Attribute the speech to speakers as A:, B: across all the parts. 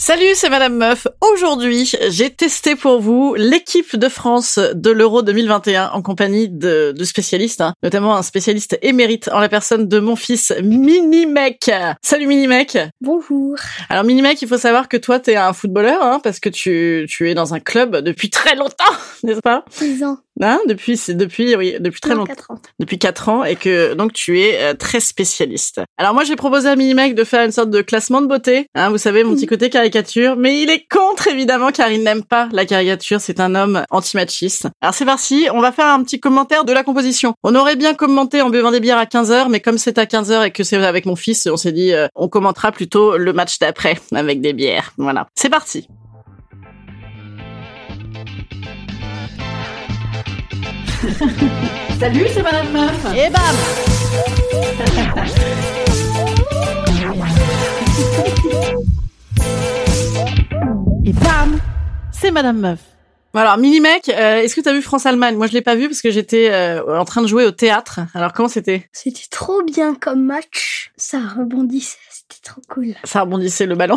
A: Salut, c'est Madame Meuf. Aujourd'hui, j'ai testé pour vous l'équipe de France de l'Euro 2021 en compagnie de, de spécialistes, hein, notamment un spécialiste émérite en la personne de mon fils Minimec. Salut Minimec.
B: Bonjour.
A: Alors Minimec, il faut savoir que toi, t'es un footballeur hein, parce que tu, tu es dans un club depuis très longtemps, n'est-ce pas
B: 10 ans.
A: Hein Depuis c'est depuis oui, depuis très
B: non,
A: longtemps.
B: 4 ans.
A: depuis 4 ans et que donc tu es euh, très spécialiste. Alors moi j'ai proposé à Minimec de faire une sorte de classement de beauté, hein, vous savez mon petit côté caricature, mais il est contre évidemment car il n'aime pas la caricature, c'est un homme antimachiste. Alors c'est parti, on va faire un petit commentaire de la composition. On aurait bien commenté en buvant des bières à 15h, mais comme c'est à 15h et que c'est avec mon fils, on s'est dit euh, on commentera plutôt le match d'après avec des bières. Voilà, c'est parti.
C: Salut, c'est Madame Meuf.
A: Et bam Et bam C'est Madame Meuf. Bon alors, Mini Mec, euh, est-ce que t'as vu France-Allemagne Moi, je l'ai pas vu parce que j'étais euh, en train de jouer au théâtre. Alors, comment c'était
B: C'était trop bien comme match. Ça rebondissait, c'était trop cool.
A: Ça rebondissait le ballon.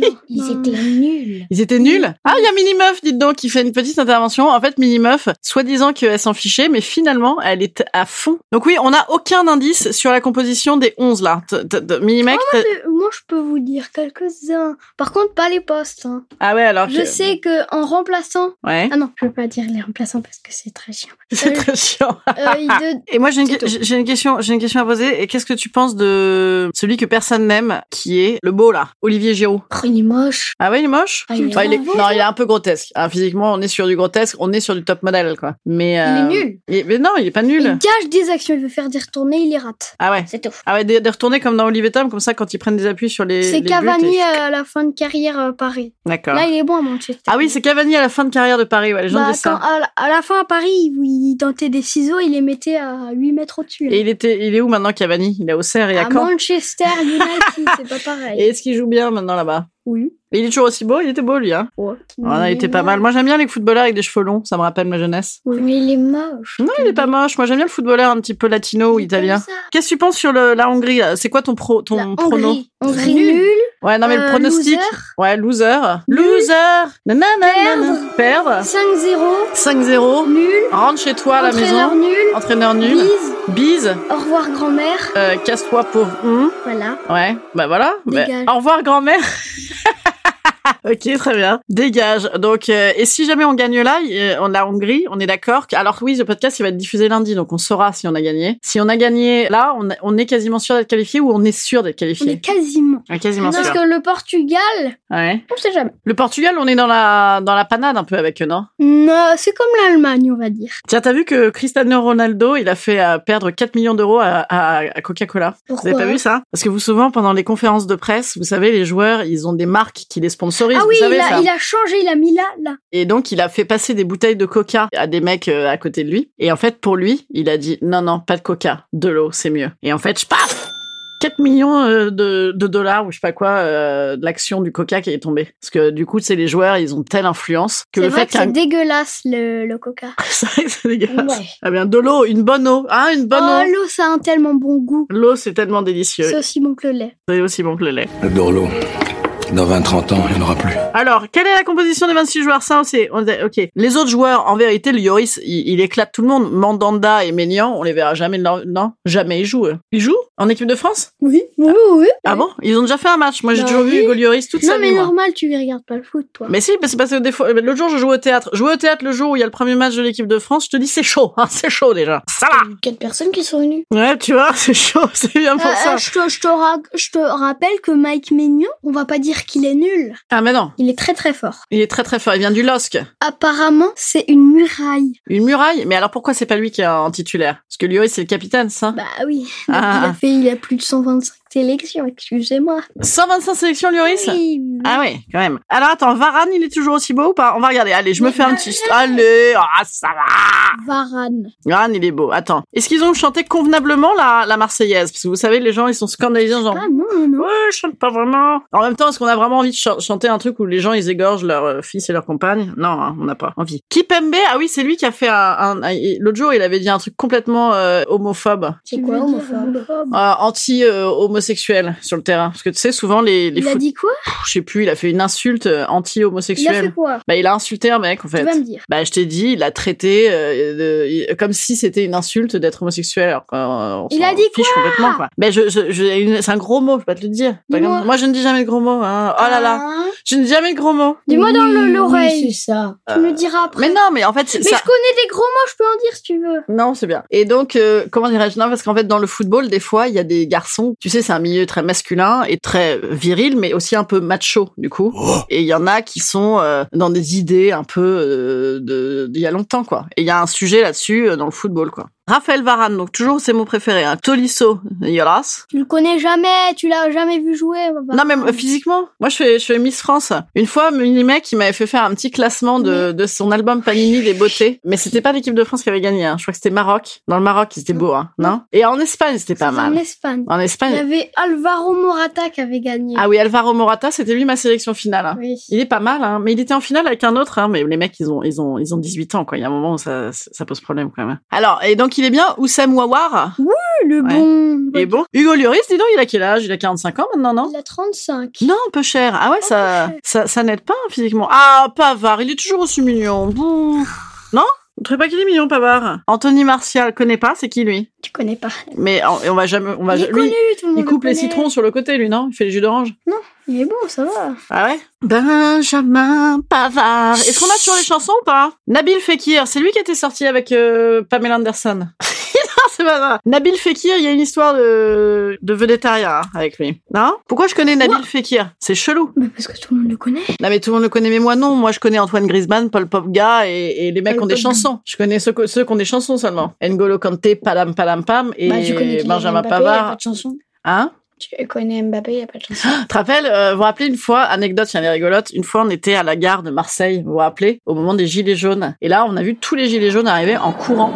B: Non,
D: Ils
B: non.
D: étaient nuls.
A: Ils étaient nuls Ah, il y a Mini Meuf, dites donc, qui fait une petite intervention. En fait, Mini Meuf, soi-disant qu'elle s'en fichait, mais finalement, elle est à fond. Donc oui, on n'a aucun indice sur la composition des 11, là. T- t- t- Mini Mec, t'as-
B: Euh, Moi, je peux vous dire quelques-uns. Par contre, pas les postes. hein.
A: ah ouais, alors...
B: Je
A: que-
B: sais que en remplaçant.
A: Ouais,
B: Ah non, je peux pas dire les remplaçants parce que c'est très chiant.
A: c'est très chiant.
B: Euh, il de-
A: Et moi j'ai une,
B: C'est tout.
A: j'ai j'ai une question, j'ai une question à poser. Et qu'est-ce que tu penses de celui que personne n'aime, qui est le beau là, Olivier Giroud
B: Oh, il est moche.
A: Ah ouais, il est moche.
B: Ah, il est
A: Enfin, il est,
B: trop beau.
A: non, il est un peu grotesque. hein. physiquement, on est sur du grotesque, on est sur du top model quoi. Mais
B: Il est
A: euh,
B: nul.
A: il- mais non, il est pas nul.
B: Il gâche des actions. Il veut faire des retournées, il les rate.
A: Ah ouais.
B: C'est tout.
A: Ah ouais, des, des retournées comme dans Olivier Tom, comme ça quand ils prennent des appuis sur les. les
B: C'est
A: buts et-
B: Cavani euh, à la fin de carrière euh, Paris.
A: D'accord.
B: Là, il est bon à Manchester.
A: Ah oui, c'est Cavani à la fin de carrière de Paris. Ouais, les gens
B: Bah,
A: disent
B: quand,
A: ça.
B: à, la, à la fin à Paris, il, il tentait des ciseaux, il les mettait à 8 mètres au-dessus. là.
A: Et il était, il est où maintenant Cavani Il est à Auxerre et à,
B: à
A: Caen.
B: Manchester United, c'est pas pareil.
A: Et est-ce qu'il joue bien maintenant là-bas
B: Oui.
A: Il est toujours aussi beau. Il était beau lui. Hein.
B: Ouais.
A: Voilà, il était pas mal. Moi, j'aime bien les footballeurs avec des cheveux longs. Ça me rappelle ma jeunesse.
B: Oui, mais il est moche.
A: Non, il est pas moche. Moi, j'aime bien le footballeur un petit peu latino ou
B: Il est comme
A: Oh, italien.
B: ça.
A: Qu'est-ce que tu penses sur le- la Hongrie là C'est quoi ton pro, ton
B: La
A: prono
B: Hongrie. Hongrie nul.
A: Ouais, non mais le
B: Euh,
A: pronostic.
B: loser.
A: Ouais, loser.
B: Nul.
A: Loser. Nanana. Perdre.
B: 5-0.
A: 5-0.
B: Nul.
A: Rentre chez toi à la
B: Entraîneur
A: maison.
B: nul.
A: Entraîneur nul.
B: Bise.
A: Bise.
B: Au revoir grand-mère.
A: Euh, Casse-toi pauvre. Hum.
B: Voilà.
A: Ouais, bah voilà. Bah,
B: Dégage.
A: au revoir grand-mère. ok, très bien. Dégage. Donc, euh, et si jamais on gagne là, euh, on la Hongrie, on est d'accord. que- Alors oui, le podcast il va être diffusé lundi, donc on saura si on a gagné. Si on a gagné là, on, on est quasiment sûr d'être qualifié ou on est sûr d'être
B: On est
A: qualifié.
B: quasiment.
A: Ah, quasiment
B: Parce
A: sûr.
B: que le Portugal,
A: Ouais.
B: on sait jamais.
A: Le Portugal, on est dans la dans la panade un peu avec eux, non
B: Non, c'est comme l'Allemagne, on va dire.
A: Tiens, t'as vu que Cristiano Ronaldo, il a fait euh, perdre 4 millions d'euros à, à- à Coca-Cola.
B: Pourquoi
A: Vous avez pas vu ça Parce que vous souvent pendant les conférences de presse, vous savez, les joueurs, ils ont des marques qui les sponsorisent.
B: Ah oui,
A: vous savez
B: il
A: ça
B: a, il a changé, il a mis là, là.
A: Et donc, il a fait passer des bouteilles de coca à des mecs euh, à côté de lui. Et en fait, pour lui, il a dit non, non, pas de coca, de l'eau, c'est mieux. Et en fait, je paf 4 millions euh, de, de dollars ou je sais pas quoi euh, de l'action du coca qui est tombée. Parce que du coup, c'est les joueurs, ils ont telle influence que
B: C'est
A: le
B: vrai
A: fait
B: que c'est
A: qu'un.
B: dégueulasse le, le coca.
A: C'est vrai que c'est dégueulasse.
D: Ouais.
A: Ah bien, de l'eau, une bonne eau. Ah, une bonne
B: oh,
A: eau.
B: l'eau, ça a un tellement bon goût.
A: L'eau, c'est tellement délicieux.
B: C'est aussi bon que le lait.
A: C'est aussi bon que le lait.
E: J'adore l'eau.
C: Dans 20-30 ans, il n'y en aura plus.
A: Alors, quelle est la composition des 26 joueurs Ça, on sait. On sait- ok. Les autres joueurs, en vérité, le Yoris, il, il éclate tout le monde. Mandanda et Ménian, on les verra jamais. de leur- Non, jamais ils jouent. eux. Ils jouent en équipe de France
B: Oui, oui, oui. oui.
A: Ah bon Ils ont déjà fait un match. Moi, j'ai
B: Bah
A: toujours vu
B: oui.
A: Hugo Lloris toute
B: Non,
A: sa
B: mais
A: vie. moi.
B: normal, tu regardes pas le foot, toi.
A: Mais si, parce parce que des fois, l'autre jour, je jouais au théâtre. Jouer au théâtre le jour où il y a le premier match de l'équipe de France, je te dis, c'est chaud. hein, c'est chaud déjà. Ça va.
B: Il y a Quatre personnes qui sont venues.
A: Ouais, tu vois, c'est chaud. C'est bien pour
B: Euh,
A: ça.
B: euh, je, te, je te ra- je te rappelle que Mike Maignan, on va pas dire qu'il est nul.
A: Ah, mais non.
B: Il est très très fort.
A: Il est très très fort. Il vient du LOSC.
B: Apparemment, c'est une muraille.
A: Une muraille. Mais alors, pourquoi c'est pas lui qui est en titulaire Parce que Lloris, c'est le capitaine, ça.
B: Bah oui. Donc,
A: Ah.
B: Il, a fait, il a plus de 125 sélections, excusez-moi.
A: 125 sélections, Lloris.
B: Oui.
A: Ah ouais, quand même. Alors attends, Varane, il est toujours aussi beau ou pas On va regarder. Allez, je me fais un petit... Allez, ah ça va
B: Varane.
A: Varane, il est beau. Attends, est-ce qu'ils ont chanté convenablement la, la Marseillaise Parce que vous savez, les gens, ils sont scandalisés en genre...
B: Ah non, non, non.
A: Ouais, je chante pas vraiment. En même temps, est-ce qu'on a vraiment envie de chan- chanter un truc où les gens ils égorgent leur euh, fils et leur compagne Non, hein, on n'a pas envie. Kipembe, ah oui, c'est lui qui a fait un. un- un- il- L'autre jour, il avait dit un truc complètement euh, homophobe,
B: Tu veux dire
D: hein
B: homophobe
A: euh, anti-homosexuel sur le terrain. Parce que tu sais, souvent les, les
B: Il a
A: foot-
B: dit quoi
A: je sais plus, il a fait une insulte euh,
B: Il a
A: anti-homosexuelle.
B: fait quoi
A: Bah, il a insulté un mec, en
B: Tu
A: fait.
B: vas me dire.
A: Bah, je t'ai dit, il a traité euh, de- il- comme si c'était une insulte d'être homosexuel. Alors, qu'on- on
B: Il
A: s'en
B: a dit
A: fiche complètement, quoi. Mais je, je, je- une- c'est un gros mot, je vais pas te le dire. Pas
B: Dis-moi.
A: comme- Moi, je ne dis jamais de gros mots. Hein. Oh là là,
B: Ah.
A: je ne dis jamais de gros mots.
B: Dis-moi dans le- l'oreille.
D: Oui, c'est ça.
B: Tu me diras après.
A: Mais non, mais en fait, c'est-
B: Mais
A: ça...
B: je connais des gros mots, je peux en dire si tu veux.
A: Non, c'est bien. Et donc, euh, comment dirais-je Non, parce qu'en fait, dans le football, des fois, il y a des garçons. Tu sais, c'est un milieu très masculin et très viril, mais aussi un peu macho, du coup. Et il y en a qui sont euh, dans des idées un peu euh, de d'il y a longtemps, quoi. Et il y a un sujet là-dessus euh, dans le football, quoi. Raphaël Varane, donc toujours c'est mon préféré. Hein. Tolisso, Yolas.
B: Tu le connais jamais, tu l'as jamais vu jouer. Varane.
A: Non, mais euh, physiquement, moi je fais, je fais Miss France. Une fois, Minimec, il m'avait fait faire un petit classement de, de son album Panini des beautés. Mais c'était pas l'équipe de France qui avait gagné. Hein. Je crois que c'était Maroc. Dans le Maroc, ils étaient beaux, hein, non Et en Espagne, c'était pas
B: C'était En
A: mal.
B: Espagne.
A: En
B: Il y
A: Espagne.
B: avait Alvaro Morata qui avait gagné.
A: Ah oui, Alvaro Morata, c'était lui ma sélection finale. hein.
B: oui.
A: Il est pas mal, hein. mais il était en finale avec un autre. Hein. Mais les mecs, ils ont, ils ont, ils ont 18 ans, quoi. Il y a un moment où ça, ça pose problème, quand même. Alors, et donc il est bien Oussam Ouawar.
B: Le
A: Ouais.
B: bon.
A: Et bon, Hugo Lloris, dis donc, il a quel âge Il a 45 ans maintenant, non
B: Il a 35.
A: Non, un peu cher. Ah ouais, ça, ça, ça n'aide pas hein, physiquement. Ah, Pavard, il est toujours aussi mignon. Bouh. Non Vous trouvez pas qu'il est mignon, Pavard Anthony Martial, connais pas, c'est qui lui
B: Tu connais pas.
A: Mais on, et on va jamais, on va
B: il
A: ja-
B: est connu,
A: Bah, lui.
B: tout le monde
A: Il
B: le
A: coupe les
B: connaît.
A: citrons sur le côté, lui, non Il fait les jus d'orange.
B: Il est bon, ça va.
A: Ah ouais Benjamin Pavard. Est-ce qu'on a toujours les chansons ou pas Nabil Fekir, c'est lui qui était sorti avec euh, Pamela Anderson. Non, c'est pas vrai. Nabil Fekir, il y a une histoire de, de vedettariat hein, avec lui. Non Pourquoi je connais Nabil Fekir C'est chelou.
B: Mais Bah, parce que tout le monde le connaît.
A: Non mais tout le monde le connaît, mais moi non. Moi je connais Antoine Griezmann, Paul Pogba et, et les mecs qui
B: Paul
A: ont des
B: Pogba.
A: chansons. Je connais ceux, que- ceux qui ont des chansons seulement. N'Golo Kanté, Palam Palam Pam et
D: Bah, tu connais Kylian
A: Benjamin
D: Mbappé, Il y a pas
A: Pavard.
D: de chanson.
A: Hein
B: Tu connais Mbappé, il a pas de chance.
A: Tu te rappelles, euh, vous vous rappelez une fois, anecdote, tiens, elle est rigolote, une fois on était à la gare de Marseille, vous vous rappelez, au moment des gilets jaunes. Et là on a vu tous les gilets jaunes arriver en courant.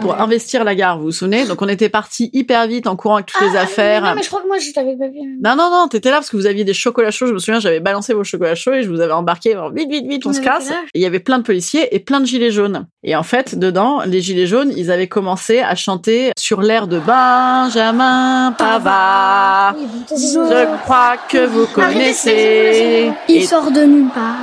A: Pour investir la gare, vous vous souvenez Donc on était parti hyper vite en courant avec toutes les affaires.
D: Ah, Non, mais je crois que moi, je t'avais pas vu.
A: Non, non, non, t'étais là parce que vous aviez des chocolats chauds. Je me souviens, j'avais balancé vos chocolats chauds et je vous avais embarqué. genre, Vite, vite, vite, on,
B: On
A: se
B: avait
A: casse.
B: quel âge
A: Et il y avait plein de policiers et plein de gilets jaunes. Et en fait, dedans, les gilets jaunes, ils avaient commencé à chanter sur l'air de Benjamin Pavard.
D: Oui, bon, ça, c'est bon.
A: Je crois que vous connaissez.
B: Il
A: Et
B: sort de nulle part.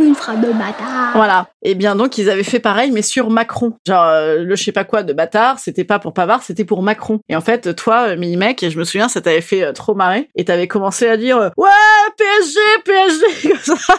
B: Une frappe de bâtard.
A: voilà. Et bien donc ils avaient fait pareil mais sur Macron. Genre euh, le je sais pas quoi de bâtard, c'était pas pour Pavard, c'était pour Macron. Et en fait toi euh, Minimec, et je me souviens ça t'avait fait euh, trop marrer et t'avais commencé à dire euh, ouais PSG PSG comme ça.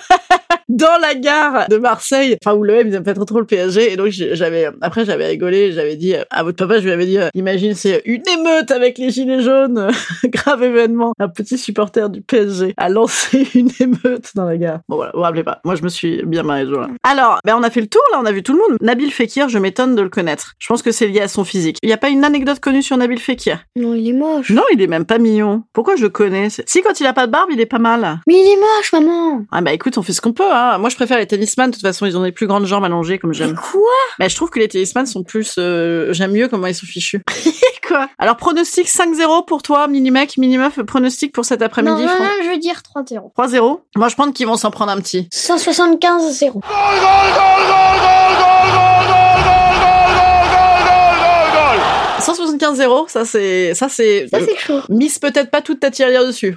A: dans la gare de Marseille. Enfin où le M ils aiment pas trop trop le PSG et donc j'ai- j'avais après j'avais rigolé, j'avais dit euh, à votre papa je lui avais dit euh, imagine c'est une émeute avec les gilets jaunes, grave événement. Un petit supporter du PSG a lancé une émeute dans la gare. Bon voilà, vous vous rappelez pas. Moi je me suis bien marrée ce jour-là. Alors, ben on a fait le tour là, on a vu tout le monde. Nabil Fekir, je m'étonne de le connaître. Je pense que c'est lié à son physique. Il n'y a pas une anecdote connue sur Nabil Fekir.
B: Non, il est moche.
A: Non, il est même pas mignon. Pourquoi je le connais C'est- Si quand il a pas de barbe, il est pas mal.
B: Mais il est moche, maman.
A: Ah bah écoute, on fait ce qu'on peut. Hein. Moi je préfère les tennisman. De toute façon, ils ont des plus grandes jambes allongées comme j'aime.
B: Quoi
A: Mais je trouve que les tennisman sont plus. euh, J'aime mieux comment ils sont fichus. Quoi Alors pronostic 5-0 pour toi, mini mec, mini meuf. Pronostic pour cet
B: non,
A: après-midi.
B: non,
A: Fran-
B: non, je veux dire 3-0.
A: 3-0. Moi je pense qu'ils vont s'en prendre un petit.
D: 175 à 0.
E: goal, goal, goal, goal, goal, goal, goal, goal, goal, goal, goal, goal, goal, goal, goal.
A: Ça 175-0, ça c'est ça c'est
B: Ça, c'est chaud.
A: mise peut-être pas toute ta tirelire dessus.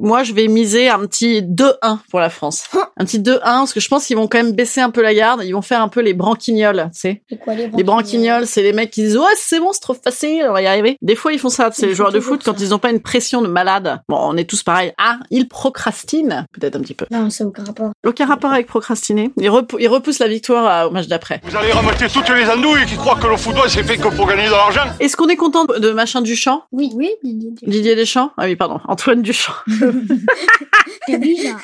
A: Moi, je vais miser un petit 2-1 pour la France.
D: Hein
A: Un petit 2-1, parce que je pense qu'ils vont quand même baisser un peu la garde. Ils vont faire un peu les branquignoles, tu sais.
D: C'est quoi les
A: Les branquignoles, c'est les mecs qui disent ouais c'est bon c'est trop facile on va y arriver. Des fois ils font ça, c'est
D: Ils
A: les
D: font
A: joueurs de
D: toujours
A: foot quand
D: ça.
A: ils ont pas une pression de malade. Bon on est tous pareils. Ah ils procrastinent peut-être un petit peu.
D: Non, ça n'a aucun rapport.
A: Aucun rapport avec procrastiner. Ils, repou- ils repoussent la victoire à- au match d'après.
C: Vous allez ramasser toutes les andouilles qui croient que le football c'est fait que pour gagner de l'argent.
A: Est-ce qu'on est content de machin Duchamp,
D: Oui, oui, Didier Deschamps.
A: Didier Deschamps Ah oui pardon Antoine Duchamp.
D: T'es hein, bizarre.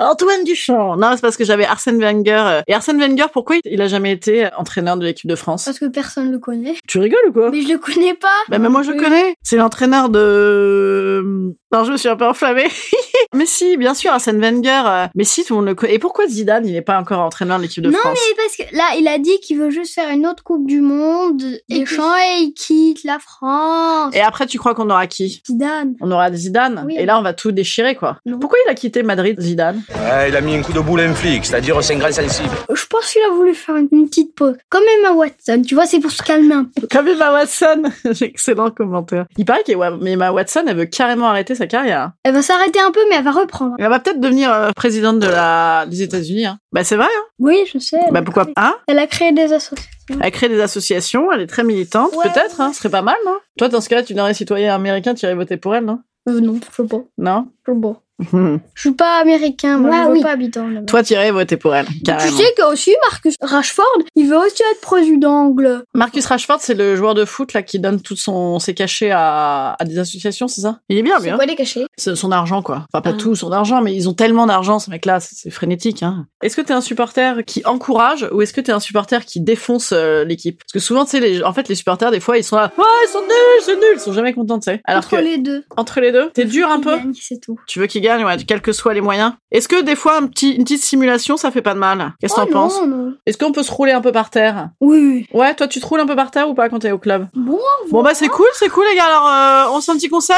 A: Antoine Duchamp. Non c'est parce que j'avais Arsène Wenger. euh, Et Arsène Wenger pourquoi il a jamais été entraîneur de l'équipe de France
D: Parce que personne le connaît.
A: Ah, Tu rigoles ou quoi
D: Mais je le connais pas.
A: Bah, même moi, je le
D: Oui.
A: connais. C'est l'entraîneur de... Non, je me suis un peu enflammée. mais si, bien sûr, Arsène Wenger. euh, Mais si, tout le monde le connaît. Et pourquoi Zidane, il n'est pas encore entraîneur de l'équipe de
D: Non,
A: France
D: mais parce que là, il a dit qu'il veut juste faire une autre Coupe du Monde.
B: Et
D: Deschamps, et il quitte la France.
A: Et après, tu crois qu'on aura qui
D: Zidane.
A: On aura Zidane.
D: Oui.
A: et là, on va tout déchirer, quoi.
D: Non.
A: Pourquoi il a quitté Madrid, Zidane
E: Ouais, il a mis un coup de boule à un flic, c'est-à-dire c'est un grand sensible.
D: Je pense qu'il a voulu faire une une petite pause. Comme Emma Watson, tu vois, c'est pour se calmer un peu.
A: Comme Emma Watson. Excellent commentaire. Il paraît qu'Emma Watson, elle veut carrément arrêter sa carrière.
D: Elle va s'arrêter un peu, mais elle va reprendre.
A: Elle va peut-être devenir euh, présidente de la... des États-Unis. Hein. Bah, c'est vrai. Hein.
D: Oui, je sais. elle
A: Bah,
D: a
A: pourquoi
D: créé-
A: pas
D: Elle a créé des associations.
A: Elle crée des associations, elle est très militante,
D: Ouais.
A: peut-être, hein, ce serait pas mal, non Toi, dans ce cas-là, tu deviendrais citoyen américain, tu irais voter pour elle, non
D: Euh, non, je veux pas.
A: Non
D: Je veux pas. Bah Je suis pas américain, moi,
B: Ouais,
D: je veux
B: Bah oui.
D: pas habitant là-bas.
A: Toi, tu irais voter pour elle,
D: Tu
A: carrément.
D: sais que aussi Marcus Rashford, il veut aussi être président anglais.
A: Marcus Rashford, c'est le joueur de foot là qui donne tout son ses cachets à, à des associations, c'est ça Il est bien, lui. hein
D: quoi les cachets
A: C'est son argent, quoi. Enfin, pas
D: Ah.
A: tout son argent, mais ils ont tellement d'argent, ce mec-là, c'est c'est frénétique. Hein. Est-ce que t'es un supporter qui encourage ou est-ce que t'es un supporter qui défonce euh, l'équipe Parce que souvent, tu sais, les- en fait, les supporters, des fois, ils sont là, ouais, ils sont nuls, c'est nul, ils sont jamais contents, tu sais. Alors
D: Entre
A: que
D: les deux.
A: entre les deux, t'es dur un
D: Il
A: peu.
D: gagne, C'est tout.
A: Tu veux qu'il gagne, ouais, quels que soient les moyens. Est-ce que des fois, un petit, une petite simulation, ça fait pas de mal Qu'est-ce que
D: Oh
A: t'en penses
D: non, non.
A: Est-ce qu'on peut se rouler un peu par terre
D: Oui, oui.
A: Ouais, toi, tu te roules un peu par terre ou pas quand t'es au club
D: Bon,
A: Bon, bah, c'est cool, c'est cool, les gars. Alors, euh, on se fait un petit conseil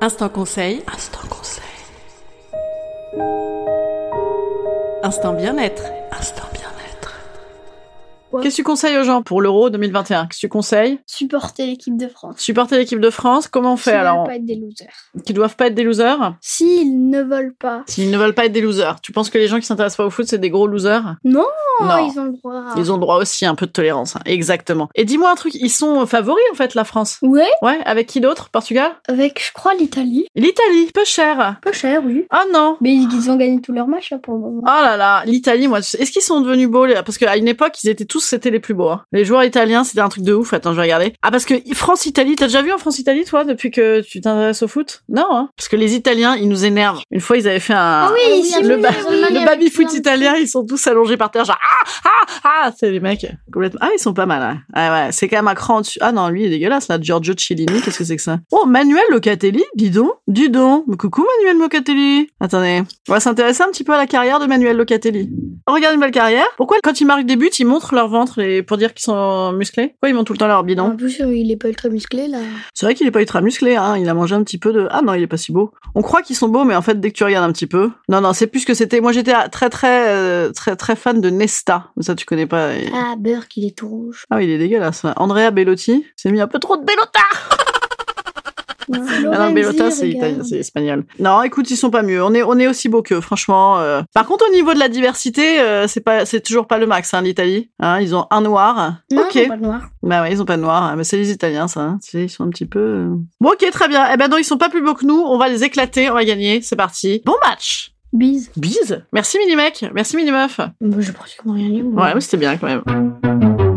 F: Instant conseil. Instant conseil. Instant bien-être. Instant bien-être.
A: Qu'est-ce que tu conseilles aux gens pour l'Euro 2021 Qu'est-ce que tu conseilles
D: supporter l'équipe de France.
A: Supporter l'équipe de France Comment on fait
D: S'ils
A: alors
D: veulent pas être des losers.
A: Qu'ils doivent pas être des losers
D: S'ils ne veulent pas.
A: S'ils ne veulent pas être des losers, tu penses que les gens qui s'intéressent pas au foot, c'est des gros losers
D: Non,
A: Non.
D: oh, ils ont le droit. à-
A: Ils ont le droit aussi à un peu de tolérance, hein. exactement. Et dis-moi un truc, ils sont euh, favoris en fait, la France
D: Ouais,
A: Ouais, avec qui d'autre Portugal
D: avec je crois l'Italie.
A: L'Italie, peu cher
D: Pas cher, oui.
A: Ah non
D: Mais ils ils ont gagné tous leurs matchs là pour le moment.
A: Oh là là, l'Italie, moi, je- est-ce qu'ils sont devenus beaux les- Parce qu'à une époque, ils étaient tous, c'était les plus beaux. hein. Les joueurs italiens, c'était un truc de ouf. Attends, je vais regarder. Ah, parce que France-Italie, t'as déjà vu en France-Italie, toi, depuis que tu t'intéresses au foot Non, hein. Parce que les Italiens, ils nous énervent. Une fois, ils avaient fait un...
D: Ah oui,
B: oui,
D: ici,
B: ah oui,
A: le,
B: oui,
A: ba-
B: oui, oui,
A: le
B: avec
A: baby-foot
D: plein de
A: italien, ils sont tous allongés par terre, genre ah ah ah, c'est les mecs complètement. Ah, ils sont pas mal. Ouais, ouais, ouais. c'est quand même un cran au-dessus. Ah non, lui il est dégueulasse là, Giorgio Cellini, qu'est-ce que c'est que ça Oh, Manuel Locatelli, dis donc, dis donc. Coucou Manuel Locatelli. Attendez, on va s'intéresser un petit peu à la carrière de Manuel Locatelli. Oh, regarde une belle carrière. Pourquoi quand ils marquent des buts, ils montrent leur ventre les- pour dire qu'ils sont musclés Pourquoi ils montrent tout le temps leur bidon
B: En plus, euh, il est pas ultra musclé là.
A: c'est vrai qu'il est pas ultra musclé, hein. Il a mangé un petit peu de. Ah non, il est pas si beau. On croit qu'ils sont beaux, mais en fait, dès que tu regardes un petit peu. Non, non, c'est plus ce que c'était. Moi, j'étais ah, très, très, euh, très, très fan de Nesta. Mais Ça, tu connais pas. Et-
B: Ah, Burke, il est tout rouge.
A: Ah oui, il est dégueulasse. ouais. Andrea Bellotti s'est mis un peu trop de Bellotta. Ah non,
D: Lorenzi,
A: Bellotta, c'est
D: regarde.
A: italien, c'est espagnol. Non, écoute, ils sont pas mieux. On est, on est aussi beau qu'eux, franchement. euh. Par contre, au niveau de la diversité, euh, c'est pas, c'est toujours pas le max, hein, l'Italie. Hein, ils ont un noir.
D: Non,
A: ok.
D: ils ont pas de noir.
A: Bah ouais, ils ont pas de noir, hein. mais c'est les Italiens, ça. hein. Tu sais, Ils sont un petit peu. euh. Bon, ok, très bien. Eh ben non, ils sont pas plus beaux que nous. On va les éclater, on va gagner. C'est parti. Bon match.
D: Bise.
A: Bise. Merci Minimec. Merci Minimeuf.
B: Bah, J'ai pratiquement rien dit. moi.
A: Ouais, mais c'était bien quand même.